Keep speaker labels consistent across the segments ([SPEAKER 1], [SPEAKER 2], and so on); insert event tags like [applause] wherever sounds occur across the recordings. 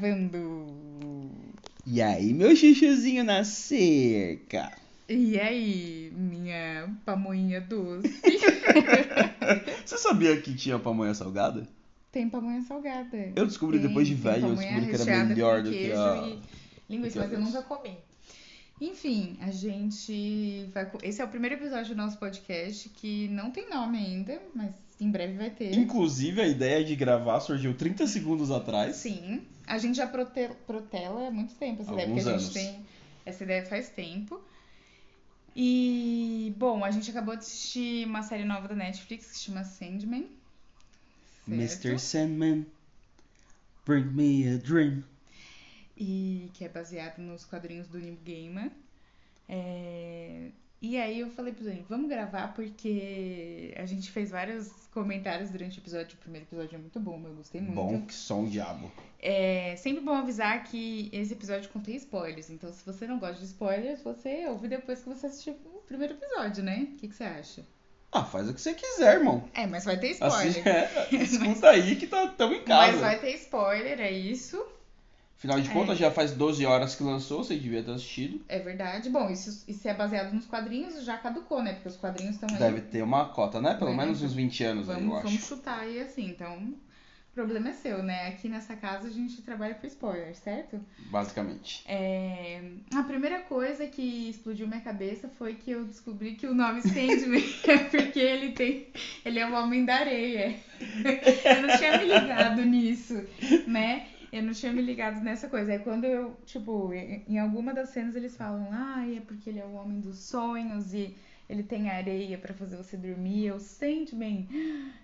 [SPEAKER 1] Gravando.
[SPEAKER 2] E aí, meu chuchuzinho na cerca?
[SPEAKER 1] E aí, minha pamonha doce?
[SPEAKER 2] Você sabia que tinha pamonha salgada?
[SPEAKER 1] Tem pamonha salgada.
[SPEAKER 2] Eu descobri
[SPEAKER 1] Tem-
[SPEAKER 2] depois de
[SPEAKER 1] tem
[SPEAKER 2] velho, eu
[SPEAKER 1] pamonha
[SPEAKER 2] descobri que era
[SPEAKER 1] recheada
[SPEAKER 2] melhor
[SPEAKER 1] com
[SPEAKER 2] do que
[SPEAKER 1] queijo
[SPEAKER 2] a.
[SPEAKER 1] e Linguiça,
[SPEAKER 2] do
[SPEAKER 1] mas
[SPEAKER 2] que a
[SPEAKER 1] eu
[SPEAKER 2] nossa.
[SPEAKER 1] nunca comi. Enfim, a gente vai. co- Esse é o primeiro episódio do nosso podcast que não tem nome ainda, mas em breve vai ter.
[SPEAKER 2] Inclusive, a ideia de gravar surgiu 30 segundos atrás.
[SPEAKER 1] Sim, a gente já prote- protela há muito tempo essa ideia,
[SPEAKER 2] Alguns
[SPEAKER 1] porque a
[SPEAKER 2] anos.
[SPEAKER 1] gente tem essa ideia faz tempo. E, bom, a gente acabou de assistir uma série nova da Netflix que se chama Sandman. certo?
[SPEAKER 2] Mr. Sandman, bring me a dream.
[SPEAKER 1] e que é baseado nos quadrinhos do Neil Gaiman. É, E aí eu falei pro Dani, vamos gravar porque a gente fez vários comentários durante o episódio. O primeiro episódio é muito bom, eu gostei muito.
[SPEAKER 2] Bom, que só um diabo.
[SPEAKER 1] É sempre bom avisar que esse episódio contém spoilers, então se você não gosta de spoilers, você ouve depois que você assistir o primeiro episódio, né? O que, que você acha?
[SPEAKER 2] Ah, faz o que você quiser, irmão.
[SPEAKER 1] É, mas vai ter spoiler.
[SPEAKER 2] Assim,
[SPEAKER 1] [laughs]
[SPEAKER 2] escuta aí que tá tão em casa.
[SPEAKER 1] Mas vai ter spoiler, é isso.
[SPEAKER 2] Afinal de
[SPEAKER 1] É.
[SPEAKER 2] contas, já faz 12 horas que lançou, você devia ter assistido.
[SPEAKER 1] É verdade. Bom, isso, isso é baseado nos quadrinhos, já caducou, né? Porque os quadrinhos estão aí.
[SPEAKER 2] Deve ter uma cota, né? Pelo
[SPEAKER 1] Vai,
[SPEAKER 2] menos
[SPEAKER 1] né?
[SPEAKER 2] uns 20 anos aí, eu
[SPEAKER 1] Vamos, vamos
[SPEAKER 2] acho.
[SPEAKER 1] chutar aí assim, então. O problema é seu, né? Aqui nessa casa a gente trabalha com spoiler, certo?
[SPEAKER 2] Basicamente.
[SPEAKER 1] É, A primeira coisa que explodiu minha cabeça foi que eu descobri que o nome Sandman [laughs] é porque ele tem. Ele é o homem da areia. [laughs] Eu não tinha me ligado nisso, né? Eu não tinha me ligado nessa coisa. Aí quando eu, tipo, em em alguma das cenas eles falam, ah, é porque ele é o homem dos sonhos e ele tem areia pra fazer você dormir, eu sente bem.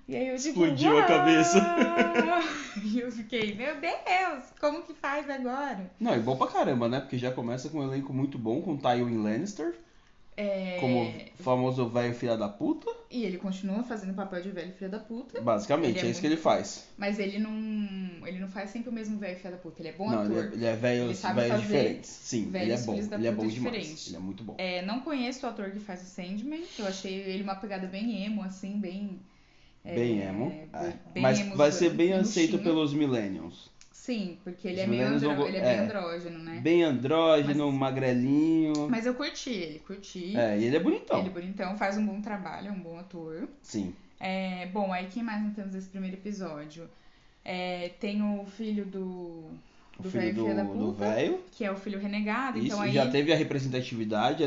[SPEAKER 1] E aí eu tipo,
[SPEAKER 2] Explodiu a cabeça.
[SPEAKER 1] "Uau!" [laughs] E eu fiquei, meu Deus, como que faz agora?
[SPEAKER 2] Não, é bom pra caramba, né? Porque já começa com um elenco muito bom, com Tywin Lannister,
[SPEAKER 1] É,
[SPEAKER 2] como famoso velho filha da puta.
[SPEAKER 1] E ele continua fazendo papel de velho filho da puta,
[SPEAKER 2] Basicamente,
[SPEAKER 1] Ele é
[SPEAKER 2] é, isso que ele faz.
[SPEAKER 1] mas ele não. Ele não faz sempre o mesmo velho filho da puta, ele é bom
[SPEAKER 2] não,
[SPEAKER 1] ator.
[SPEAKER 2] ele é, ele é velho,
[SPEAKER 1] Ele sabe
[SPEAKER 2] velhos
[SPEAKER 1] fazer
[SPEAKER 2] diferentes. Sim, ele é
[SPEAKER 1] velhos
[SPEAKER 2] bom.
[SPEAKER 1] filhos da
[SPEAKER 2] Ele é
[SPEAKER 1] puta
[SPEAKER 2] bom demais.
[SPEAKER 1] diferente.
[SPEAKER 2] Ele é muito bom.
[SPEAKER 1] É, não conheço o ator que faz o Sandman, que eu achei ele uma pegada bem emo, assim, bem. é,
[SPEAKER 2] bem emo.
[SPEAKER 1] bem-
[SPEAKER 2] é.
[SPEAKER 1] bem
[SPEAKER 2] Mas
[SPEAKER 1] emo,
[SPEAKER 2] vai ser bem
[SPEAKER 1] murchinho.
[SPEAKER 2] aceito pelos millennials.
[SPEAKER 1] Sim, porque ele
[SPEAKER 2] Os
[SPEAKER 1] é meio
[SPEAKER 2] meninos não
[SPEAKER 1] andro...
[SPEAKER 2] go-
[SPEAKER 1] ele é bem
[SPEAKER 2] é.
[SPEAKER 1] andrógeno, né?
[SPEAKER 2] Bem andrógeno, magrelinho.
[SPEAKER 1] Mas eu curti ele, curti.
[SPEAKER 2] É, e ele é bonitão.
[SPEAKER 1] Ele é bonitão, faz um bom trabalho, é um bom ator.
[SPEAKER 2] Sim.
[SPEAKER 1] É, bom, aí quem mais não temos esse primeiro episódio? É, tem o filho do.
[SPEAKER 2] O
[SPEAKER 1] Do
[SPEAKER 2] filho
[SPEAKER 1] velho filha da
[SPEAKER 2] do- do
[SPEAKER 1] puta.
[SPEAKER 2] velho.
[SPEAKER 1] que é o filho renegado,
[SPEAKER 2] Isso,
[SPEAKER 1] então aí.
[SPEAKER 2] já teve a representatividade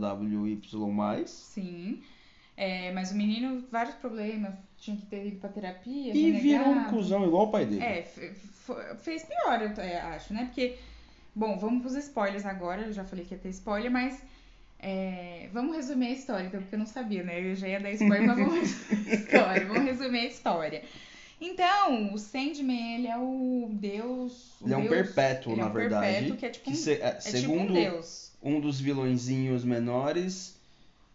[SPEAKER 2] LGBTQIAPJWY+.
[SPEAKER 1] Sim. É, mas o menino, vários problemas, tinha que ter ido pra terapia.
[SPEAKER 2] E virou um
[SPEAKER 1] renegado.
[SPEAKER 2] cuzão igual o pai dele.
[SPEAKER 1] É, fe- fo- fez pior, eu é, acho, né? Porque, bom, vamos pros spoilers agora. Eu já falei que ia ter spoiler, mas é, vamos resumir a história, então, porque eu não sabia, né? Eu já ia dar spoiler, mas vamos resumir
[SPEAKER 2] [laughs]
[SPEAKER 1] a história. Vamos resumir a história. Então, o Sandman, ele é o deus... o
[SPEAKER 2] Ele é um
[SPEAKER 1] deus-
[SPEAKER 2] perpétuo,
[SPEAKER 1] ele é
[SPEAKER 2] na
[SPEAKER 1] um
[SPEAKER 2] verdade.
[SPEAKER 1] perpétuo, que é tipo
[SPEAKER 2] que
[SPEAKER 1] um,
[SPEAKER 2] se- é,
[SPEAKER 1] é tipo um
[SPEAKER 2] segundo
[SPEAKER 1] deus.
[SPEAKER 2] um dos vilõezinhos menores,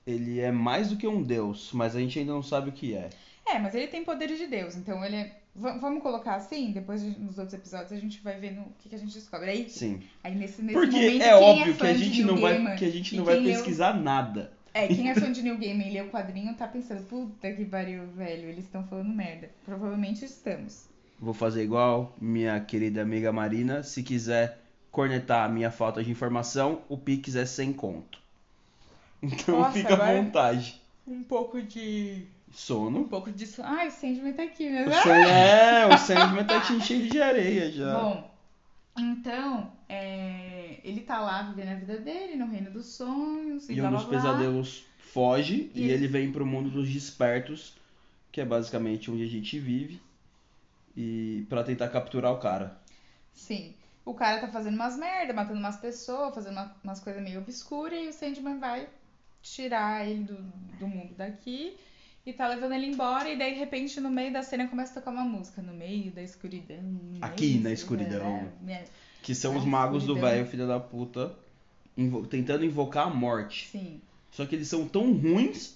[SPEAKER 2] ele é mais do que um deus, mas a gente ainda não sabe o que é.
[SPEAKER 1] É, mas ele tem poderes de Deus, então ele é... va- Vamos colocar assim, depois de- nos outros episódios a gente vai vendo o que, que a gente descobre. Aí,
[SPEAKER 2] Sim.
[SPEAKER 1] aí nesse, nesse
[SPEAKER 2] Porque
[SPEAKER 1] momento,
[SPEAKER 2] é
[SPEAKER 1] quem
[SPEAKER 2] óbvio
[SPEAKER 1] fã
[SPEAKER 2] que a
[SPEAKER 1] de
[SPEAKER 2] gente
[SPEAKER 1] Neil
[SPEAKER 2] não vai,
[SPEAKER 1] Gaiman
[SPEAKER 2] que a gente
[SPEAKER 1] e
[SPEAKER 2] não vai
[SPEAKER 1] quem é leu-
[SPEAKER 2] pesquisar nada.
[SPEAKER 1] É, quem é fã de New Game e lê o quadrinho tá pensando, puta que pariu, velho, eles estão falando merda. Provavelmente estamos.
[SPEAKER 2] Vou fazer igual minha querida amiga Marina, se quiser cornetar a minha falta de informação, o Pix é sem conto. [laughs] Então
[SPEAKER 1] Nossa,
[SPEAKER 2] fica à
[SPEAKER 1] agora-
[SPEAKER 2] vontade.
[SPEAKER 1] Um pouco de.
[SPEAKER 2] Sono.
[SPEAKER 1] [laughs] Um pouco de. so- Ai, o Sandman tá aqui,
[SPEAKER 2] O
[SPEAKER 1] né?
[SPEAKER 2] Sandman, é, o Sandman tá te enchendo de areia já.
[SPEAKER 1] Bom, então, é, ele tá lá vivendo a vida dele, no reino dos sonhos, e,
[SPEAKER 2] e
[SPEAKER 1] blá
[SPEAKER 2] um
[SPEAKER 1] blá
[SPEAKER 2] dos
[SPEAKER 1] blá.
[SPEAKER 2] pesadelos foge e
[SPEAKER 1] E-
[SPEAKER 2] ele vem pro mundo dos despertos, que é basicamente onde a gente vive, e para tentar capturar o cara.
[SPEAKER 1] Sim. O cara tá fazendo umas merda, matando umas pessoas, fazendo uma- umas coisas meio obscuras, e o Sandman vai tirar ele do, do mundo daqui e tá levando ele embora, e daí de repente no meio da cena começa a tocar uma música, no meio da escuridão. no meio
[SPEAKER 2] Aqui
[SPEAKER 1] da
[SPEAKER 2] na escuridão.
[SPEAKER 1] né?
[SPEAKER 2] Que são os
[SPEAKER 1] Ai,
[SPEAKER 2] magos do
[SPEAKER 1] solidão.
[SPEAKER 2] velho filho da puta invo- tentando invocar a morte.
[SPEAKER 1] Sim.
[SPEAKER 2] Só que eles são tão ruins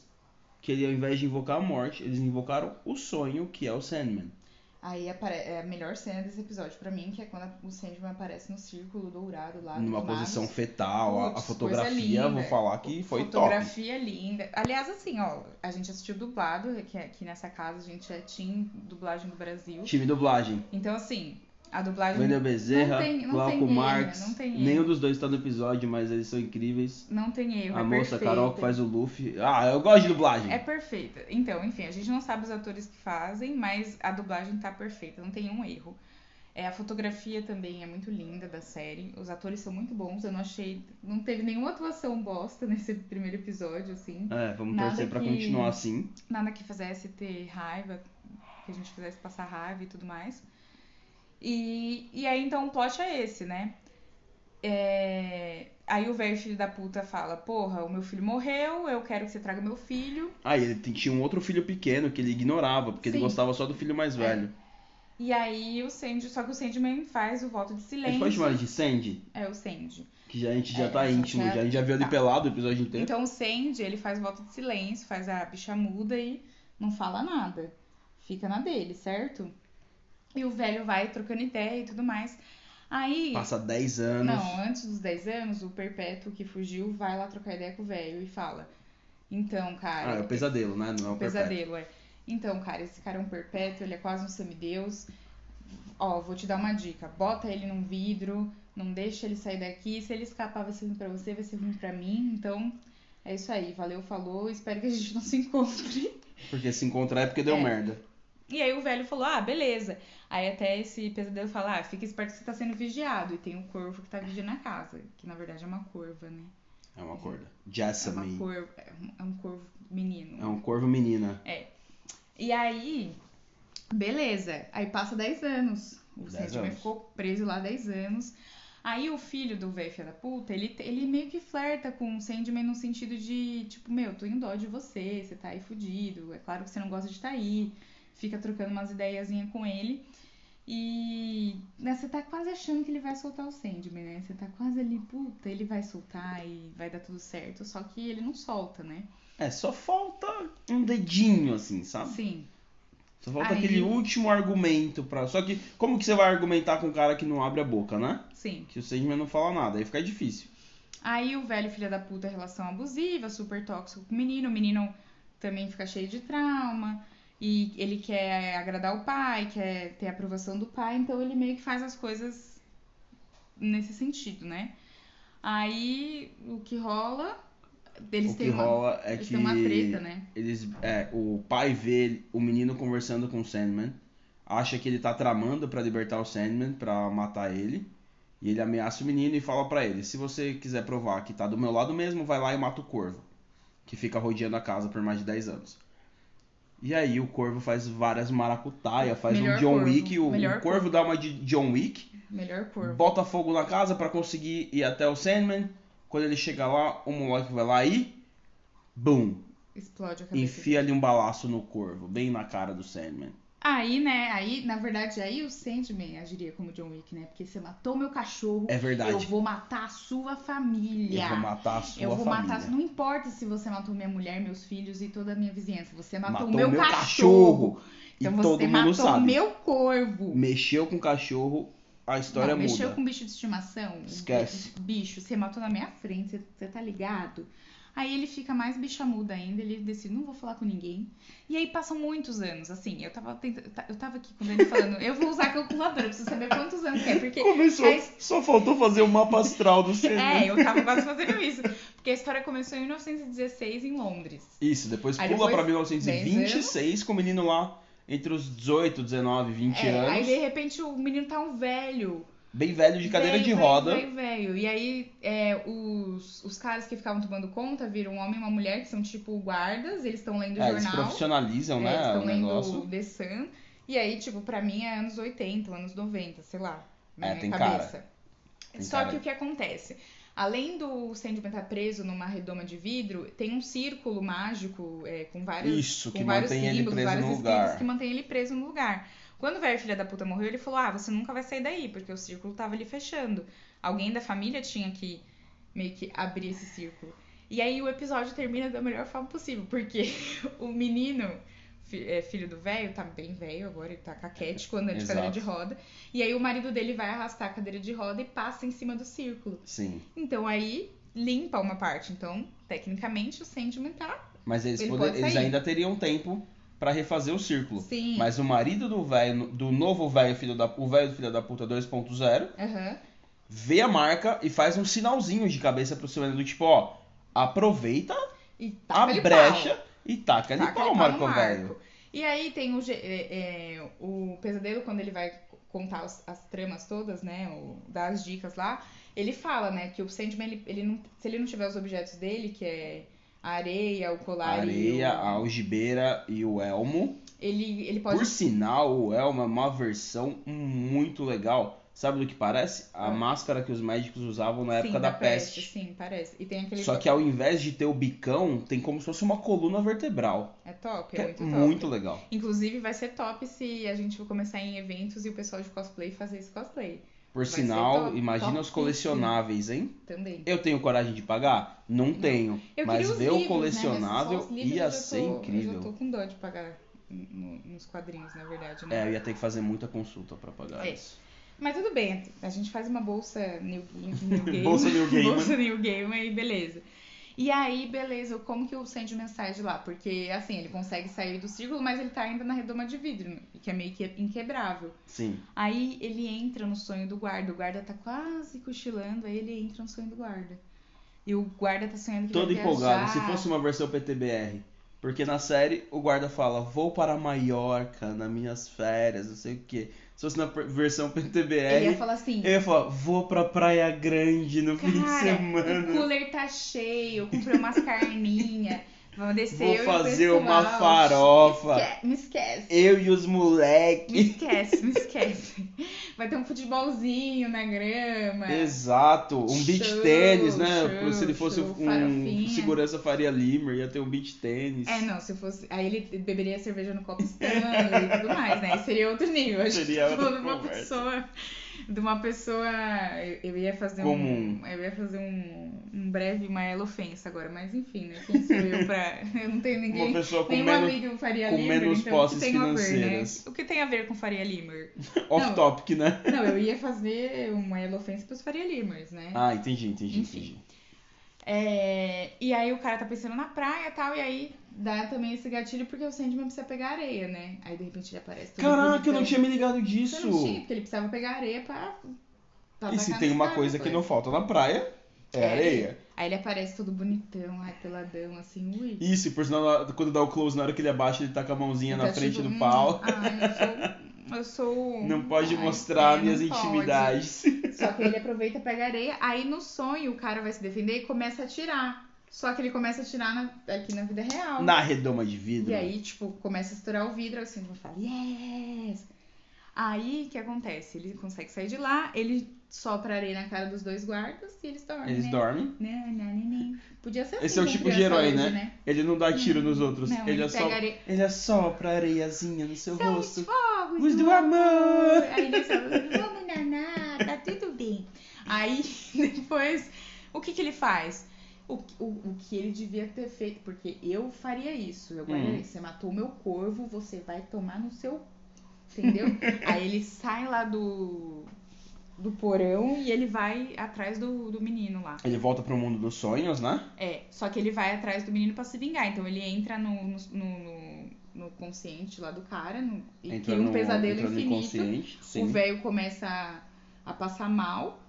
[SPEAKER 2] que ele, ao invés de invocar a morte, eles invocaram o sonho que é o Sandman.
[SPEAKER 1] Aí apare... é a melhor cena desse episódio pra mim, que é quando o Sandman aparece no círculo dourado lá. dos
[SPEAKER 2] Numa
[SPEAKER 1] magos.
[SPEAKER 2] posição fetal, a- a,
[SPEAKER 1] Ah, Putz,
[SPEAKER 2] fotografia,
[SPEAKER 1] coisa
[SPEAKER 2] vou
[SPEAKER 1] linda.
[SPEAKER 2] falar que foi top.
[SPEAKER 1] Fotografia linda. Aliás, assim, ó, a gente assistiu dublado, que aqui nessa casa a gente é team dublagem do Brasil.
[SPEAKER 2] Time dublagem.
[SPEAKER 1] Então, assim, a dublagem
[SPEAKER 2] Wendel
[SPEAKER 1] não
[SPEAKER 2] Bezerra,
[SPEAKER 1] tem- não
[SPEAKER 2] Glauco
[SPEAKER 1] tem erro,
[SPEAKER 2] Marx.
[SPEAKER 1] não tem erro.
[SPEAKER 2] Nenhum dos dois tá no episódio, mas eles são incríveis.
[SPEAKER 1] não tem erro.
[SPEAKER 2] a
[SPEAKER 1] é
[SPEAKER 2] moça
[SPEAKER 1] perfeita.
[SPEAKER 2] Carol que faz o Luffy. Ah, eu gosto de dublagem.
[SPEAKER 1] É perfeita. Então, enfim, a gente não sabe os atores que fazem, mas a dublagem tá perfeita, não tem um erro. É, a fotografia também é muito linda da série. Os atores são muito bons. Eu não achei. Não teve nenhuma atuação bosta [laughs] nesse primeiro episódio, assim.
[SPEAKER 2] É, vamos
[SPEAKER 1] Nada
[SPEAKER 2] torcer pra
[SPEAKER 1] que-
[SPEAKER 2] continuar assim.
[SPEAKER 1] nada que fizesse ter raiva, que a gente fizesse passar raiva e tudo mais. E, e aí então o plot é esse, né? É, Aí o velho filho da puta fala: Porra, o meu filho morreu, eu quero que você traga meu filho.
[SPEAKER 2] Ah, e ele t- tinha um outro filho pequeno que ele ignorava, porque ele
[SPEAKER 1] Sim. É,
[SPEAKER 2] gostava só do filho mais velho.
[SPEAKER 1] E aí o Sandy, só que o Sandman faz o voto de
[SPEAKER 2] A gente pode
[SPEAKER 1] silêncio.
[SPEAKER 2] chamar ele de Sandy,
[SPEAKER 1] É o Sandy.
[SPEAKER 2] que já, a gente já
[SPEAKER 1] É,
[SPEAKER 2] tá
[SPEAKER 1] só
[SPEAKER 2] íntimo,
[SPEAKER 1] que é-
[SPEAKER 2] já, a gente já viu ele
[SPEAKER 1] tá.
[SPEAKER 2] pelado o episódio inteiro.
[SPEAKER 1] Então o Sandy, ele faz o voto de silêncio, faz a bicha muda e não fala nada. Fica na dele, certo? E o velho vai trocando ideia e tudo mais. Aí.
[SPEAKER 2] Passa 10 anos.
[SPEAKER 1] Não, antes dos 10 anos, o perpétuo que fugiu vai lá trocar ideia com o velho e fala: Então,
[SPEAKER 2] ah,
[SPEAKER 1] cara.
[SPEAKER 2] é o pesadelo, né? Não é o perpétuo.
[SPEAKER 1] pesadelo, é. Então, cara, esse cara é um perpétuo, ele é quase um semideus. Ó, vou te dar uma dica: bota ele num vidro, não deixa ele sair daqui. Se ele escapar, vai ser ruim pra você, vai ser ruim pra mim. Então, é isso aí. Valeu, falou. Espero que a gente não se encontre. [laughs]
[SPEAKER 2] Porque se encontrar é porque deu
[SPEAKER 1] É.
[SPEAKER 2] merda.
[SPEAKER 1] E aí o velho falou, ah, beleza. Aí até esse pesadelo fala, ah, fica esperto que você tá sendo vigiado. E tem um corvo que tá vigiando a casa. Que na verdade é uma corva, né?
[SPEAKER 2] É uma corda.
[SPEAKER 1] É uma
[SPEAKER 2] Jasmine.
[SPEAKER 1] corvo, é um- é um corvo menino.
[SPEAKER 2] É um corvo menina.
[SPEAKER 1] E aí, beleza. Aí passa 10 anos. O
[SPEAKER 2] 10
[SPEAKER 1] Sandman
[SPEAKER 2] anos.
[SPEAKER 1] ficou preso lá 10 anos. Aí o filho do velho filho da puta, ele, ele meio que flerta com o Sandman no sentido de, tipo, meu, tô em dó de você, você tá aí fudido, é claro que você não gosta de estar aí. Fica trocando umas ideiazinhas com ele. E né, você tá quase achando que ele vai soltar o Sandman, né? Você tá quase ali, puta, ele vai soltar e vai dar tudo certo. Só que ele não solta, né?
[SPEAKER 2] É, só falta um dedinho, assim, sabe?
[SPEAKER 1] Sim.
[SPEAKER 2] Só falta
[SPEAKER 1] Aí-
[SPEAKER 2] aquele último argumento pra. Só que, como que você vai argumentar com um cara que não abre a boca, né?
[SPEAKER 1] Sim.
[SPEAKER 2] Que o Sandman não fala nada, aí fica difícil.
[SPEAKER 1] Aí o velho filho da puta, relação abusiva, super tóxico com o menino, o menino também fica cheio de trauma, e ele quer agradar o pai, quer ter a aprovação do pai, então ele meio que faz as coisas nesse sentido, né? Aí o que rola, eles
[SPEAKER 2] o que
[SPEAKER 1] têm uma,
[SPEAKER 2] rola é
[SPEAKER 1] eles
[SPEAKER 2] que.
[SPEAKER 1] têm uma treta, né?
[SPEAKER 2] Eles, é, o pai vê o menino conversando com o Sandman, acha que ele tá tramando pra libertar o Sandman, pra matar ele, e ele ameaça o menino e fala pra ele: se você quiser provar que tá do meu lado mesmo, vai lá e mata o corvo, que fica rodeando a casa por mais de 10 anos. E aí o corvo faz várias maracutaia, faz um
[SPEAKER 1] Melhor
[SPEAKER 2] John
[SPEAKER 1] corvo,
[SPEAKER 2] Wick, o, o
[SPEAKER 1] melhor
[SPEAKER 2] corvo, dá uma de John Wick,
[SPEAKER 1] Melhor corvo.
[SPEAKER 2] bota fogo na casa pra conseguir ir até o Sandman. Quando ele chega lá, o moleque vai lá e. Bum!
[SPEAKER 1] Explode a cabeça.
[SPEAKER 2] Enfia ali um balaço no corvo, bem na cara do Sandman.
[SPEAKER 1] Aí, né, aí, na verdade, aí o Sandman agiria como John Wick, né? Porque você matou meu cachorro,
[SPEAKER 2] É verdade.
[SPEAKER 1] eu vou matar a sua família.
[SPEAKER 2] Eu vou matar a sua
[SPEAKER 1] Eu vou
[SPEAKER 2] família.
[SPEAKER 1] matar. Não importa se você matou minha mulher, meus filhos e toda a minha vizinhança. Você matou,
[SPEAKER 2] Matou
[SPEAKER 1] o meu,
[SPEAKER 2] meu
[SPEAKER 1] cachorro.
[SPEAKER 2] cachorro.
[SPEAKER 1] Então
[SPEAKER 2] e
[SPEAKER 1] você
[SPEAKER 2] todo mundo
[SPEAKER 1] matou o
[SPEAKER 2] sabe.
[SPEAKER 1] meu corvo.
[SPEAKER 2] Mexeu com o cachorro, a história
[SPEAKER 1] não,
[SPEAKER 2] muda.
[SPEAKER 1] mexeu com bicho de estimação?
[SPEAKER 2] Esquece.
[SPEAKER 1] Bicho, você matou na minha frente, você, você tá ligado? Aí ele fica mais bicha muda ainda, ele decide, não vou falar com ninguém. E aí passam muitos anos, assim, eu tava tenta- eu tava aqui com ele falando, eu vou usar calculadora, eu preciso saber quantos anos que é, porque
[SPEAKER 2] Começou,
[SPEAKER 1] a
[SPEAKER 2] só faltou fazer o mapa astral do Sandman.
[SPEAKER 1] [laughs] É, eu tava quase fazendo isso. Porque a história começou em 1916 em Londres.
[SPEAKER 2] Isso, depois
[SPEAKER 1] Aí
[SPEAKER 2] pula
[SPEAKER 1] depois,
[SPEAKER 2] pra 1926 com o menino lá entre os 18, 19, 20
[SPEAKER 1] É,
[SPEAKER 2] anos.
[SPEAKER 1] aí de repente o menino tá um velho.
[SPEAKER 2] Bem velho de cadeira
[SPEAKER 1] Velho,
[SPEAKER 2] de
[SPEAKER 1] velho,
[SPEAKER 2] roda.
[SPEAKER 1] velho, velho. E aí é, os, os caras que ficavam tomando conta viram um homem e uma mulher que são tipo guardas, eles estão lendo
[SPEAKER 2] É, eles
[SPEAKER 1] jornal.
[SPEAKER 2] profissionalizam,
[SPEAKER 1] é, eles
[SPEAKER 2] né?
[SPEAKER 1] estão
[SPEAKER 2] O
[SPEAKER 1] lendo
[SPEAKER 2] negócio.
[SPEAKER 1] The Sun. E aí, tipo, pra mim é anos 80, anos 90, sei lá. Na
[SPEAKER 2] É,
[SPEAKER 1] minha
[SPEAKER 2] tem cara.
[SPEAKER 1] cabeça.
[SPEAKER 2] Tem
[SPEAKER 1] Só
[SPEAKER 2] cara.
[SPEAKER 1] que o que acontece? Além do Sandman estar preso numa redoma de vidro, tem um círculo mágico é, com vários,
[SPEAKER 2] Isso,
[SPEAKER 1] com
[SPEAKER 2] que
[SPEAKER 1] vários
[SPEAKER 2] mantém ele
[SPEAKER 1] símbolos,
[SPEAKER 2] preso
[SPEAKER 1] vários
[SPEAKER 2] no
[SPEAKER 1] espíritos
[SPEAKER 2] lugar.
[SPEAKER 1] que mantém ele preso no lugar. Quando o velho filha da puta morreu, ele falou: Ah, você nunca vai sair daí, porque o círculo tava ali fechando. Alguém da família tinha que meio que abrir esse [laughs] círculo. E aí o episódio termina da melhor forma possível, porque o menino fi- é, filho do velho, tá bem velho agora, ele tá caquético, andando de
[SPEAKER 2] Exato.
[SPEAKER 1] cadeira de roda. E aí o marido dele vai arrastar a cadeira de roda e passa em cima do círculo.
[SPEAKER 2] Sim.
[SPEAKER 1] Então aí limpa uma parte. Então, tecnicamente, o Sandman tá
[SPEAKER 2] Mas eles,
[SPEAKER 1] Ele
[SPEAKER 2] poder-
[SPEAKER 1] pode
[SPEAKER 2] eles
[SPEAKER 1] sair.
[SPEAKER 2] ainda teriam tempo pra refazer o círculo.
[SPEAKER 1] sim.
[SPEAKER 2] Mas o marido do velho, do novo velho filho da, o velho filho da puta 2.0,
[SPEAKER 1] Aham.
[SPEAKER 2] vê a marca e faz um sinalzinho de cabeça pro seu do tipo, ó, aproveita
[SPEAKER 1] E
[SPEAKER 2] a
[SPEAKER 1] taca-lhe pau.
[SPEAKER 2] brecha e taca ali
[SPEAKER 1] Taca-lhe
[SPEAKER 2] pau,
[SPEAKER 1] pau no
[SPEAKER 2] Marco
[SPEAKER 1] Marco.
[SPEAKER 2] velho.
[SPEAKER 1] E aí tem o, ge- é, é, o pesadelo, quando ele vai contar os- as tramas todas, né? O, dar as dicas lá, ele fala, né, que o Sandman, ele, ele não, se ele não tiver os objetos dele, que é a areia, o
[SPEAKER 2] A
[SPEAKER 1] colar e
[SPEAKER 2] areia,
[SPEAKER 1] o-
[SPEAKER 2] a algibeira e o elmo.
[SPEAKER 1] ele, ele pode.
[SPEAKER 2] Por sinal, o elmo é uma versão muito legal. Sabe do que parece? A
[SPEAKER 1] Ah.
[SPEAKER 2] máscara que os médicos usavam na época
[SPEAKER 1] sim,
[SPEAKER 2] da peste.
[SPEAKER 1] Sim, parece. E tem aquele.
[SPEAKER 2] Só que ao invés de ter o bicão, tem como se fosse uma coluna vertebral.
[SPEAKER 1] É top,
[SPEAKER 2] Que
[SPEAKER 1] é
[SPEAKER 2] é
[SPEAKER 1] muito top.
[SPEAKER 2] muito legal.
[SPEAKER 1] Inclusive, vai ser top se a gente for começar em eventos e o pessoal de cosplay fazer esse cosplay
[SPEAKER 2] Por
[SPEAKER 1] Vai ser
[SPEAKER 2] sinal,
[SPEAKER 1] top,
[SPEAKER 2] imagina os
[SPEAKER 1] topíssimo.
[SPEAKER 2] colecionáveis, hein?
[SPEAKER 1] também.
[SPEAKER 2] Eu tenho coragem de pagar? Não tenho.
[SPEAKER 1] Eu
[SPEAKER 2] mas
[SPEAKER 1] queria os
[SPEAKER 2] ver
[SPEAKER 1] livros,
[SPEAKER 2] o
[SPEAKER 1] né?
[SPEAKER 2] colecionável
[SPEAKER 1] Mas só os livros
[SPEAKER 2] ia
[SPEAKER 1] eu já
[SPEAKER 2] ser
[SPEAKER 1] tô- Eu
[SPEAKER 2] incrível.
[SPEAKER 1] já tô com dó de pagar no- nos quadrinhos, na verdade,
[SPEAKER 2] É,
[SPEAKER 1] né?
[SPEAKER 2] eu ia ter que fazer muita consulta pra pagar
[SPEAKER 1] É.
[SPEAKER 2] isso.
[SPEAKER 1] Mas tudo bem, a gente faz uma bolsa New,
[SPEAKER 2] [laughs]
[SPEAKER 1] new Game.
[SPEAKER 2] Bolsa New Gaiman.
[SPEAKER 1] bolsa New Game e beleza. E aí, beleza, como que o Sandman sai de lá? Porque, assim, ele consegue sair do círculo, mas ele tá ainda na redoma de vidro, que é meio que inquebrável.
[SPEAKER 2] Sim.
[SPEAKER 1] Aí ele entra no sonho do guarda, o guarda tá quase cochilando, aí ele entra no sonho do guarda. E o guarda tá sonhando que
[SPEAKER 2] Todo
[SPEAKER 1] vai
[SPEAKER 2] empolgado. Se
[SPEAKER 1] viajar.
[SPEAKER 2] fosse uma versão PTBR. Porque na série o guarda fala, vou para Maiorca nas minhas férias, não sei o quê. Se fosse na per- versão
[SPEAKER 1] Ele ia
[SPEAKER 2] PTBR,
[SPEAKER 1] falar assim,
[SPEAKER 2] eu ia falar, vou pra Praia Grande no fim de
[SPEAKER 1] Cara, o
[SPEAKER 2] semana.
[SPEAKER 1] cooler tá cheio, eu comprei umas carninhas, vamos descer
[SPEAKER 2] Vou
[SPEAKER 1] eu e o
[SPEAKER 2] fazer uma
[SPEAKER 1] pessoal. é
[SPEAKER 2] farofa.
[SPEAKER 1] Esque- Me esquece.
[SPEAKER 2] Eu e os
[SPEAKER 1] Me
[SPEAKER 2] moleque.
[SPEAKER 1] esquece, me esquece. Vai ter um futebolzinho na grama.
[SPEAKER 2] Exato, um beach
[SPEAKER 1] É. Show,
[SPEAKER 2] tênis, né?
[SPEAKER 1] show,
[SPEAKER 2] Se ele fosse
[SPEAKER 1] show,
[SPEAKER 2] um
[SPEAKER 1] farofinha.
[SPEAKER 2] segurança faria Limer, ia ter um beach tênis.
[SPEAKER 1] É, não, se fosse. Aí ele beberia cerveja no copo Stanley e tudo mais, né? Aí seria outro nível. Acho
[SPEAKER 2] Seria
[SPEAKER 1] que
[SPEAKER 2] outra
[SPEAKER 1] de uma
[SPEAKER 2] conversa.
[SPEAKER 1] pessoa. De uma pessoa. eu- Eu ia fazer
[SPEAKER 2] Comum.
[SPEAKER 1] um. Eu ia fazer um, um breve, uma ela ofensa agora, mas enfim, né? Quem sou eu pra. [laughs] Eu não tenho ninguém.
[SPEAKER 2] Uma pessoa com
[SPEAKER 1] Nenhum
[SPEAKER 2] menos
[SPEAKER 1] amigo faria
[SPEAKER 2] com
[SPEAKER 1] Limer,
[SPEAKER 2] menos
[SPEAKER 1] então,
[SPEAKER 2] posses
[SPEAKER 1] o que tem
[SPEAKER 2] financeiras.
[SPEAKER 1] A ver, né? O que tem a ver com Faria Limer?
[SPEAKER 2] off topic, né?
[SPEAKER 1] Não, eu ia fazer uma elo ofensa pros Faria Limers, né?
[SPEAKER 2] Ah, entendi, entendi,
[SPEAKER 1] Enfim.
[SPEAKER 2] entendi.
[SPEAKER 1] É, e aí o cara tá pensando na praia e tal, e aí dá também esse gatilho porque o Sandman precisa pegar areia, né? Aí de repente ele aparece todo
[SPEAKER 2] Caraca, eu não
[SPEAKER 1] bonitão.
[SPEAKER 2] tinha me ligado
[SPEAKER 1] Você não tinha, tá
[SPEAKER 2] disso.
[SPEAKER 1] porque ele precisava pegar areia pra. pra
[SPEAKER 2] E se
[SPEAKER 1] atacar
[SPEAKER 2] tem
[SPEAKER 1] nos
[SPEAKER 2] uma
[SPEAKER 1] caras
[SPEAKER 2] coisa que
[SPEAKER 1] depois.
[SPEAKER 2] não falta na praia, é
[SPEAKER 1] É
[SPEAKER 2] areia.
[SPEAKER 1] Aí ele aparece todo bonitão, ai, peladão, assim, ui.
[SPEAKER 2] Isso, e por sinal, na- quando dá o close, na hora que ele abaixa, ele tá com a mãozinha
[SPEAKER 1] Tá
[SPEAKER 2] na frente
[SPEAKER 1] tipo,
[SPEAKER 2] do
[SPEAKER 1] "Hum,
[SPEAKER 2] pau.
[SPEAKER 1] Ai, um- eu sou.
[SPEAKER 2] [laughs]
[SPEAKER 1] Eu sou.
[SPEAKER 2] Não pode
[SPEAKER 1] ai,
[SPEAKER 2] mostrar
[SPEAKER 1] é,
[SPEAKER 2] minhas
[SPEAKER 1] não pode." [laughs]
[SPEAKER 2] intimidades.
[SPEAKER 1] Só que ele aproveita, pega areia, aí no sonho o cara vai se defender e começa a atirar. Só que ele começa a atirar na- aqui na vida real.
[SPEAKER 2] Na redoma de vidro.
[SPEAKER 1] E aí, tipo, começa a estourar o vidro, assim, ele fala, yes! Aí, o que acontece? Ele consegue sair de lá, ele sopra areia na cara dos dois guardas e eles dormem,
[SPEAKER 2] Eles
[SPEAKER 1] né?
[SPEAKER 2] dormem.
[SPEAKER 1] Não, não, não, não. Podia ser assim.
[SPEAKER 2] Esse é o
[SPEAKER 1] com
[SPEAKER 2] tipo de
[SPEAKER 1] criança
[SPEAKER 2] herói,
[SPEAKER 1] hoje,
[SPEAKER 2] né? Ele não dá tiro nos outros.
[SPEAKER 1] Não,
[SPEAKER 2] ele
[SPEAKER 1] ele
[SPEAKER 2] é só.
[SPEAKER 1] pega areia.
[SPEAKER 2] Ele é só pra areiazinha no seu
[SPEAKER 1] São
[SPEAKER 2] rosto.
[SPEAKER 1] os fogos
[SPEAKER 2] Luz
[SPEAKER 1] do
[SPEAKER 2] do amor!
[SPEAKER 1] Aí eles falam, vamos naná, tá tudo bem. Aí [laughs] depois, o que que ele faz? O, o, o que ele devia ter feito, porque eu faria isso. Eu guardaria,
[SPEAKER 2] Hum.
[SPEAKER 1] você matou o meu corvo, você vai tomar no seu.
[SPEAKER 2] [laughs]
[SPEAKER 1] Entendeu? Aí ele sai lá do, do porão e ele vai atrás do, do menino lá.
[SPEAKER 2] Ele volta pro mundo dos sonhos, né?
[SPEAKER 1] É, só que ele vai atrás do menino pra se vingar. Então ele entra no, no, no- no- no consciente lá do cara no, e
[SPEAKER 2] Entra
[SPEAKER 1] cria um
[SPEAKER 2] no-
[SPEAKER 1] pesadelo
[SPEAKER 2] entra no
[SPEAKER 1] infinito.
[SPEAKER 2] inconsciente,
[SPEAKER 1] O
[SPEAKER 2] sim.
[SPEAKER 1] velho começa a, a passar mal.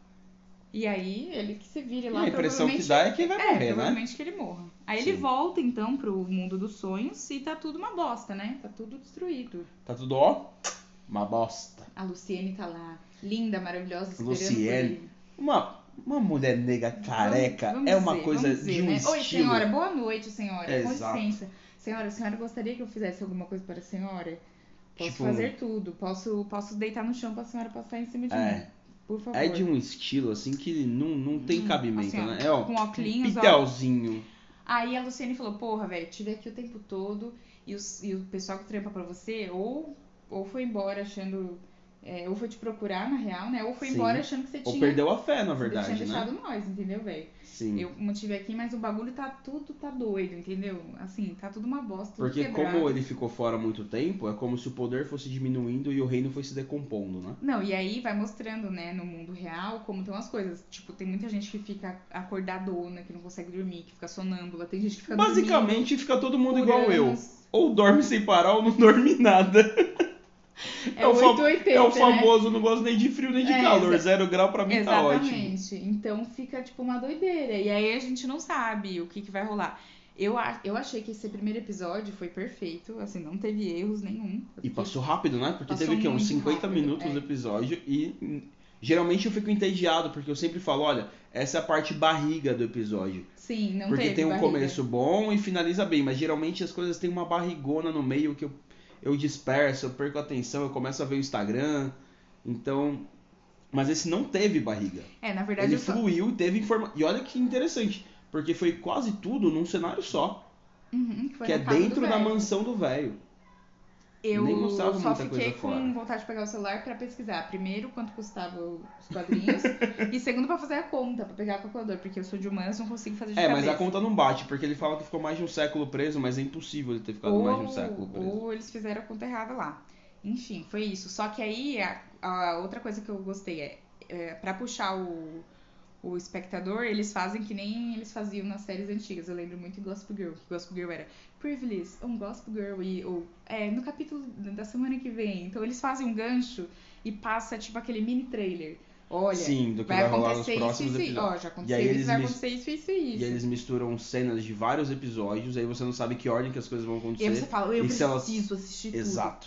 [SPEAKER 1] E aí ele que se vire
[SPEAKER 2] E
[SPEAKER 1] lá.
[SPEAKER 2] a impressão que
[SPEAKER 1] provavelmente,
[SPEAKER 2] dá é que ele vai
[SPEAKER 1] é,
[SPEAKER 2] morrer, né?
[SPEAKER 1] provavelmente que ele morra. Aí
[SPEAKER 2] Sim.
[SPEAKER 1] ele volta então pro mundo dos sonhos e tá tudo uma bosta, né? Tá tudo destruído.
[SPEAKER 2] Tá tudo ó, uma bosta.
[SPEAKER 1] A Luciene tá lá, linda, maravilhosa, esperando por
[SPEAKER 2] Luciene,
[SPEAKER 1] ele.
[SPEAKER 2] Uma, uma mulher negra careca
[SPEAKER 1] Vamos-
[SPEAKER 2] é
[SPEAKER 1] vamos
[SPEAKER 2] uma
[SPEAKER 1] dizer,
[SPEAKER 2] coisa
[SPEAKER 1] vamos dizer,
[SPEAKER 2] de um
[SPEAKER 1] né?
[SPEAKER 2] estilo.
[SPEAKER 1] Oi, senhora, boa noite, senhora.
[SPEAKER 2] Exato.
[SPEAKER 1] Com licença. Senhora, a senhora gostaria que eu fizesse alguma coisa para a senhora? Posso
[SPEAKER 2] Tipo-
[SPEAKER 1] fazer tudo. Posso, posso deitar no chão para a senhora passar em cima de
[SPEAKER 2] É.
[SPEAKER 1] mim. Por favor.
[SPEAKER 2] É de um estilo assim que não, não tem
[SPEAKER 1] Hum,
[SPEAKER 2] cabimento,
[SPEAKER 1] assim, ó,
[SPEAKER 2] né? É ó,
[SPEAKER 1] com óculos, ó.
[SPEAKER 2] pitelzinho.
[SPEAKER 1] Aí a Luciane falou, porra, velho, tive aqui o tempo todo e, os- e o pessoal que trampa pra você ou, ou foi embora achando É, ou foi te procurar, na real, né? Ou foi
[SPEAKER 2] Sim.
[SPEAKER 1] embora achando que você
[SPEAKER 2] Ou
[SPEAKER 1] tinha,
[SPEAKER 2] perdeu a fé, na
[SPEAKER 1] você
[SPEAKER 2] verdade,
[SPEAKER 1] tinha
[SPEAKER 2] né?
[SPEAKER 1] deixado nós, entendeu, velho?
[SPEAKER 2] Sim.
[SPEAKER 1] Eu mantive aqui, mas o bagulho tá tudo, tá doido, entendeu? Assim, tá tudo uma bosta, tudo
[SPEAKER 2] Porque
[SPEAKER 1] quebrado.
[SPEAKER 2] como ele ficou fora há muito tempo, é como se o poder fosse diminuindo e o reino foi se decompondo, né?
[SPEAKER 1] Não, e aí vai mostrando, né, no mundo real, como estão as coisas. Tipo, tem muita gente que fica acordadona, que não consegue dormir, que fica sonâmbula, tem gente que fica
[SPEAKER 2] Basicamente fica todo mundo
[SPEAKER 1] dormindo por
[SPEAKER 2] igual eu.
[SPEAKER 1] anos.
[SPEAKER 2] Ou dorme sem parar ou não dorme nada.
[SPEAKER 1] É,
[SPEAKER 2] É o fam-
[SPEAKER 1] 880,
[SPEAKER 2] é o
[SPEAKER 1] né?
[SPEAKER 2] famoso, não gosto nem de frio nem de
[SPEAKER 1] É,
[SPEAKER 2] calor.
[SPEAKER 1] exa-
[SPEAKER 2] Zero grau pra mim tá ótimo.
[SPEAKER 1] Exatamente. Então fica tipo uma doideira. E aí a gente não sabe o que, que vai rolar. Eu, a- eu achei que esse primeiro episódio foi perfeito, assim, não teve erros nenhum. Eu
[SPEAKER 2] E
[SPEAKER 1] fiquei-
[SPEAKER 2] passou rápido, né? Porque
[SPEAKER 1] Passou
[SPEAKER 2] teve que uns
[SPEAKER 1] muito
[SPEAKER 2] 50
[SPEAKER 1] rápido,
[SPEAKER 2] minutos
[SPEAKER 1] é.
[SPEAKER 2] do episódio e hum, geralmente eu fico entediado, porque eu sempre falo, olha, essa é a parte barriga do episódio.
[SPEAKER 1] Sim, não
[SPEAKER 2] porque
[SPEAKER 1] teve
[SPEAKER 2] tem um
[SPEAKER 1] barriga.
[SPEAKER 2] começo bom e finaliza bem, mas geralmente as coisas têm uma barrigona no meio que eu, eu disperso, eu perco a atenção, eu começo a ver o Instagram. Então, mas esse não teve barriga.
[SPEAKER 1] É, na verdade
[SPEAKER 2] Ele
[SPEAKER 1] eu só...
[SPEAKER 2] fluiu e teve informação. E olha que interessante, porque foi quase tudo num cenário só,
[SPEAKER 1] Uhum, foi
[SPEAKER 2] que é
[SPEAKER 1] na casa do
[SPEAKER 2] dentro da
[SPEAKER 1] velho.
[SPEAKER 2] mansão do velho.
[SPEAKER 1] Eu
[SPEAKER 2] Nem mostrava
[SPEAKER 1] só
[SPEAKER 2] muita
[SPEAKER 1] fiquei
[SPEAKER 2] coisa
[SPEAKER 1] com
[SPEAKER 2] fora.
[SPEAKER 1] vontade de pegar o celular pra pesquisar. Primeiro, quanto custava os
[SPEAKER 2] [laughs]
[SPEAKER 1] quadrinhos. e segundo, pra fazer a conta, pra pegar o calculador. Porque eu sou de humanas, não consigo fazer de
[SPEAKER 2] É, mas
[SPEAKER 1] cabeça.
[SPEAKER 2] a conta não bate, porque ele fala que ficou mais de um século preso, mas é impossível ele ter ficado mais de um século preso.
[SPEAKER 1] ou eles fizeram a conta errada lá. Enfim, foi isso. Só que aí, a, a outra coisa que eu gostei é, é para puxar o, o espectador, eles fazem que nem eles faziam nas séries antigas. Eu lembro muito de Gospel Girl. que Gospel Girl era Privilege, um Gospel Girl. E, ou, é, no capítulo da semana que vem. Então, eles fazem um gancho e passa, tipo, aquele mini trailer. Olha,
[SPEAKER 2] Sim, do que
[SPEAKER 1] vai
[SPEAKER 2] vai, rolar nos
[SPEAKER 1] acontecer isso,
[SPEAKER 2] próximos
[SPEAKER 1] isso, isso.
[SPEAKER 2] episódios.
[SPEAKER 1] Ó, já aconteceu
[SPEAKER 2] aí
[SPEAKER 1] isso,
[SPEAKER 2] eles
[SPEAKER 1] vai
[SPEAKER 2] mis-
[SPEAKER 1] acontecer isso, isso e
[SPEAKER 2] E
[SPEAKER 1] isso.
[SPEAKER 2] eles misturam cenas de vários episódios, aí você não sabe que ordem que as coisas vão
[SPEAKER 1] E aí
[SPEAKER 2] acontecer.
[SPEAKER 1] você fala, eu
[SPEAKER 2] e se elas-
[SPEAKER 1] preciso assistir tudo.
[SPEAKER 2] Exato.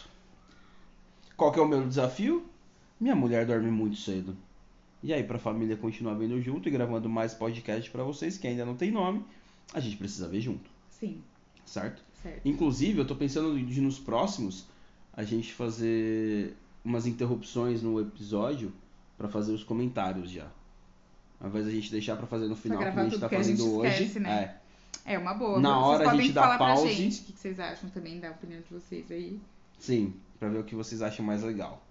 [SPEAKER 2] Qual que é o meu desafio? Minha mulher dorme muito cedo. E aí, pra família continuar vendo junto e gravando mais podcast pra vocês que ainda não tem nome, a gente precisa ver junto,
[SPEAKER 1] Sim,
[SPEAKER 2] certo?
[SPEAKER 1] certo.
[SPEAKER 2] Inclusive, eu tô pensando de nos próximos a gente fazer umas interrupções no episódio pra fazer os comentários já. Ao invés da gente deixar pra fazer no final,
[SPEAKER 1] gravar
[SPEAKER 2] como a gente
[SPEAKER 1] tudo,
[SPEAKER 2] tá
[SPEAKER 1] porque a gente
[SPEAKER 2] fazendo hoje.
[SPEAKER 1] esquece, né?
[SPEAKER 2] É.
[SPEAKER 1] É uma boa.
[SPEAKER 2] Na
[SPEAKER 1] vocês
[SPEAKER 2] hora a
[SPEAKER 1] podem
[SPEAKER 2] gente dá
[SPEAKER 1] falar pra
[SPEAKER 2] pause.
[SPEAKER 1] gente o que que vocês acham também, dá a opinião de vocês aí.
[SPEAKER 2] Sim, pra ver o que vocês acham mais legal.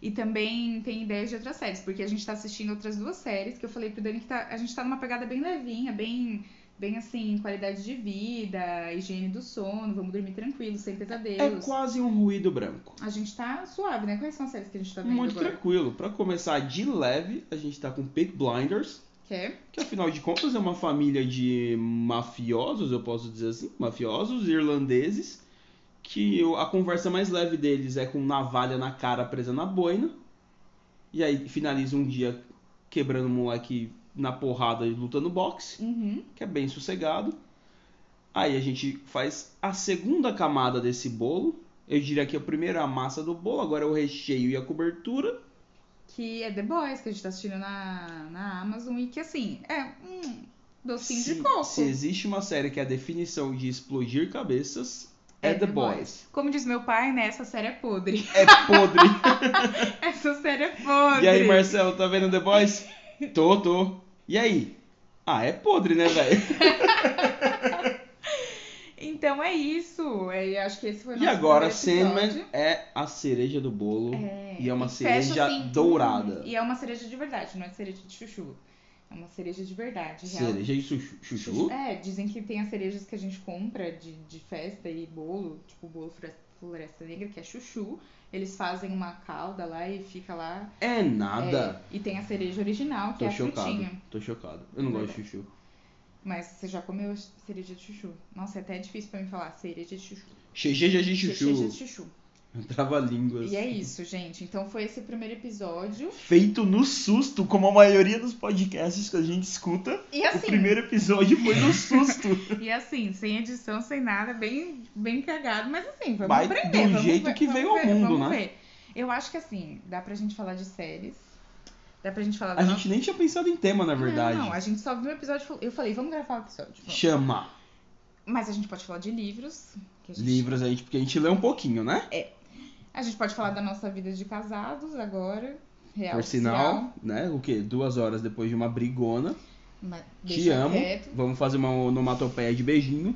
[SPEAKER 1] E também tem ideias de outras séries, porque a gente tá assistindo outras duas séries, que eu falei pro Dani que tá- a gente tá numa pegada bem levinha, bem, bem assim, qualidade de vida, higiene do sono, vamos dormir tranquilo, sem
[SPEAKER 2] É
[SPEAKER 1] pesadelos.
[SPEAKER 2] quase um ruído branco.
[SPEAKER 1] A gente tá suave, né? Quais são as séries que a gente tá vendo
[SPEAKER 2] Muito
[SPEAKER 1] agora?
[SPEAKER 2] tranquilo. Pra começar de leve, a gente tá com Peak Blinders,
[SPEAKER 1] Quer?
[SPEAKER 2] que afinal de contas é uma família de mafiosos, eu posso dizer assim, mafiosos irlandeses, que o- a conversa mais leve deles é com navalha na cara presa na boina, e aí finaliza um dia quebrando o moleque na porrada e lutando boxe,
[SPEAKER 1] Uhum.
[SPEAKER 2] que é bem sossegado. Aí a gente faz a segunda camada desse bolo, eu diria que a primeira é a massa do bolo, agora é o recheio e a cobertura,
[SPEAKER 1] Que é The Boys, que a gente tá assistindo na, na Amazon e que assim, é um docinho
[SPEAKER 2] se,
[SPEAKER 1] de coco.
[SPEAKER 2] se existe uma série que é a definição de explodir cabeças, é, The, Boys.
[SPEAKER 1] Como diz meu pai, né? Essa série é podre.
[SPEAKER 2] É
[SPEAKER 1] [laughs]
[SPEAKER 2] podre.
[SPEAKER 1] Essa série é podre.
[SPEAKER 2] e aí, Marcelo, tá vendo The Boys? Tô, tô. E aí? Ah, é podre, né, velho?
[SPEAKER 1] Então é isso. É, acho que esse foi o
[SPEAKER 2] E
[SPEAKER 1] nosso
[SPEAKER 2] agora,
[SPEAKER 1] primeiro episódio.
[SPEAKER 2] Sandman é a cereja do bolo.
[SPEAKER 1] É,
[SPEAKER 2] E é uma
[SPEAKER 1] fecha,
[SPEAKER 2] cereja
[SPEAKER 1] assim,
[SPEAKER 2] dourada.
[SPEAKER 1] E é uma cereja de verdade, não é cereja de chuchu. É uma cereja de verdade, real.
[SPEAKER 2] Cereja de chuchu? chuchu?
[SPEAKER 1] É, dizem que tem as cerejas que a gente compra de, de festa e bolo, tipo bolo flore- floresta negra, que é chuchu. Eles fazem uma calda lá e fica lá.
[SPEAKER 2] É nada.
[SPEAKER 1] É, e tem a cereja original, que
[SPEAKER 2] Tô
[SPEAKER 1] é a
[SPEAKER 2] chocado.
[SPEAKER 1] frutinha.
[SPEAKER 2] Tô chocado. Eu não gosto de chuchu.
[SPEAKER 1] Mas você já comeu cereja de chuchu? Nossa, é até difícil pra mim falar cereja de chuchu.
[SPEAKER 2] Cereja de
[SPEAKER 1] Cereja de
[SPEAKER 2] chuchu.
[SPEAKER 1] chuchu.
[SPEAKER 2] [laughs] Trava línguas.
[SPEAKER 1] E é isso, gente. Então foi esse primeiro episódio.
[SPEAKER 2] Feito no susto, como a maioria dos podcasts que a gente escuta.
[SPEAKER 1] E assim,
[SPEAKER 2] episódio foi no
[SPEAKER 1] [laughs]
[SPEAKER 2] susto.
[SPEAKER 1] e assim, sem edição, sem nada, bem, bem cagado, mas assim, vamos
[SPEAKER 2] Mas
[SPEAKER 1] aprender.
[SPEAKER 2] do
[SPEAKER 1] vamos
[SPEAKER 2] jeito
[SPEAKER 1] ver-
[SPEAKER 2] que
[SPEAKER 1] vamos
[SPEAKER 2] veio ao
[SPEAKER 1] ver,
[SPEAKER 2] mundo,
[SPEAKER 1] vamos
[SPEAKER 2] né?
[SPEAKER 1] ver. Eu acho que assim, dá pra gente falar de séries. Dá pra gente falar
[SPEAKER 2] A gente nem tinha pensado em tema, na
[SPEAKER 1] Não,
[SPEAKER 2] verdade.
[SPEAKER 1] Não, a gente só viu o episódio. e falou- Eu falei, vamos gravar o episódio. vamos.
[SPEAKER 2] Chama
[SPEAKER 1] Mas a gente pode falar de livros. que a gente-
[SPEAKER 2] livros a gente, porque a gente lê um pouquinho, né?
[SPEAKER 1] A gente pode falar da nossa vida de casados agora. Real.
[SPEAKER 2] Por
[SPEAKER 1] É, oficial,
[SPEAKER 2] sinal, né? O quê? Duas horas depois de uma brigona.
[SPEAKER 1] mas
[SPEAKER 2] Te
[SPEAKER 1] deixa
[SPEAKER 2] amo.
[SPEAKER 1] quieto.
[SPEAKER 2] Vamos fazer uma onomatopeia de beijinho.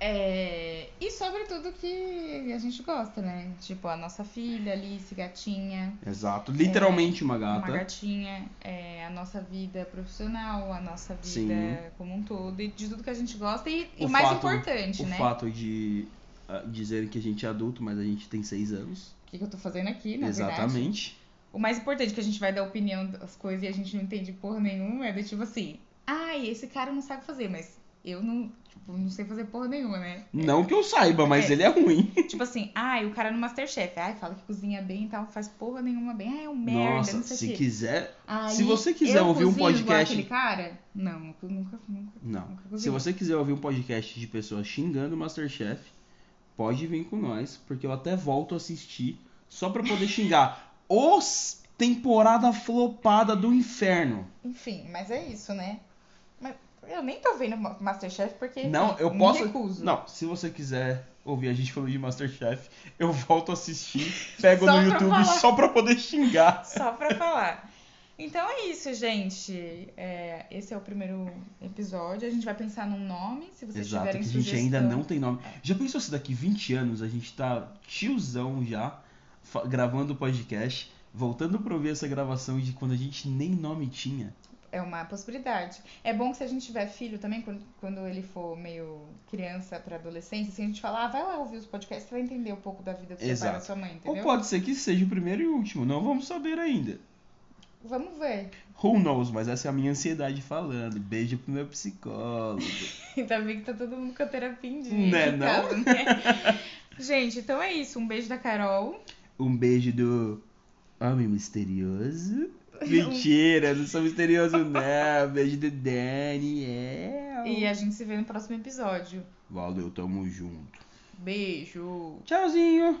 [SPEAKER 1] É, E sobre tudo que a gente gosta, né? Tipo, a nossa filha, Alice, gatinha,
[SPEAKER 2] Exato. Literalmente uma
[SPEAKER 1] É, uma
[SPEAKER 2] gata.
[SPEAKER 1] gatinha, é, a nossa vida profissional, a nossa vida
[SPEAKER 2] Sim.
[SPEAKER 1] como um todo, e de tudo que a gente gosta, e e
[SPEAKER 2] O
[SPEAKER 1] o mais
[SPEAKER 2] fato-
[SPEAKER 1] importante,
[SPEAKER 2] o
[SPEAKER 1] né?
[SPEAKER 2] fato de ah, dizerem que a gente é adulto, mas a gente tem seis anos.
[SPEAKER 1] O que, que eu tô fazendo aqui, na verdade?
[SPEAKER 2] Exatamente.
[SPEAKER 1] O mais importante que a gente vai dar opinião das coisas e a gente não entende porra nenhuma é do tipo assim, ai, esse cara não sabe fazer, mas eu não, tipo, não sei fazer porra nenhuma, né?
[SPEAKER 2] Não que eu saiba, mas
[SPEAKER 1] É.
[SPEAKER 2] ele é ruim.
[SPEAKER 1] tipo assim, ai, o cara no Masterchef, ai, fala que cozinha bem e tal, faz porra nenhuma bem, ai, é um merda,
[SPEAKER 2] Nossa,
[SPEAKER 1] não sei o
[SPEAKER 2] se
[SPEAKER 1] quê.
[SPEAKER 2] quiser.
[SPEAKER 1] Aí,
[SPEAKER 2] se você quiser
[SPEAKER 1] eu
[SPEAKER 2] ouvir um
[SPEAKER 1] cozinho igual
[SPEAKER 2] podcast-
[SPEAKER 1] aquele cara? Não, eu nunca, nunca.
[SPEAKER 2] Não.
[SPEAKER 1] Nunca
[SPEAKER 2] Se
[SPEAKER 1] cozinhei.
[SPEAKER 2] você quiser ouvir um podcast de pessoas xingando o Masterchef, pode vir com nós, porque eu até volto a assistir só
[SPEAKER 1] [laughs]
[SPEAKER 2] pra poder xingar. Os temporada flopada do inferno.
[SPEAKER 1] Enfim, mas é isso, né? Mas eu nem tô vendo Ma- Masterchef porque
[SPEAKER 2] Não, eu
[SPEAKER 1] me
[SPEAKER 2] posso.
[SPEAKER 1] recuso.
[SPEAKER 2] Não, se você quiser ouvir a gente falando de Masterchef, eu volto a assistir, pego
[SPEAKER 1] Só
[SPEAKER 2] no
[SPEAKER 1] pra
[SPEAKER 2] YouTube
[SPEAKER 1] falar.
[SPEAKER 2] só pra poder xingar.
[SPEAKER 1] Só pra falar. Então é isso, gente. É, esse é o primeiro episódio. A gente vai pensar num nome, se vocês
[SPEAKER 2] Exato, que
[SPEAKER 1] tiverem
[SPEAKER 2] a gente ainda
[SPEAKER 1] sugestão. É.
[SPEAKER 2] não tem nome. Já pensou se daqui 20 anos a gente tá tiozão já, fa- gravando o podcast, voltando pra ouvir essa gravação de quando a gente nem nome tinha?
[SPEAKER 1] É uma possibilidade. É bom que se a gente tiver filho também, quando, quando ele for meio criança pra adolescência, assim, a gente falar, ah, vai lá ouvir os podcasts, você vai entender um pouco da vida do seu pai e da
[SPEAKER 2] Exato.
[SPEAKER 1] sua mãe,
[SPEAKER 2] Ou
[SPEAKER 1] entendeu?
[SPEAKER 2] pode ser que seja o primeiro e último, não vamos saber ainda.
[SPEAKER 1] Vamos ver. [laughs]
[SPEAKER 2] Who knows, mas essa é a minha ansiedade falando. Beijo pro meu psicólogo.
[SPEAKER 1] Ainda bem que tá todo mundo com a terapia em dia,
[SPEAKER 2] Né,
[SPEAKER 1] em casa,
[SPEAKER 2] [laughs]
[SPEAKER 1] né? Gente, então é isso. Um beijo da Carol.
[SPEAKER 2] Um beijo do homem misterioso.
[SPEAKER 1] [laughs]
[SPEAKER 2] Mentira, não sou misterioso não. Beijo do Daniel.
[SPEAKER 1] E a gente se vê no próximo episódio.
[SPEAKER 2] Valeu, tamo junto.
[SPEAKER 1] Beijo.
[SPEAKER 2] Tchauzinho.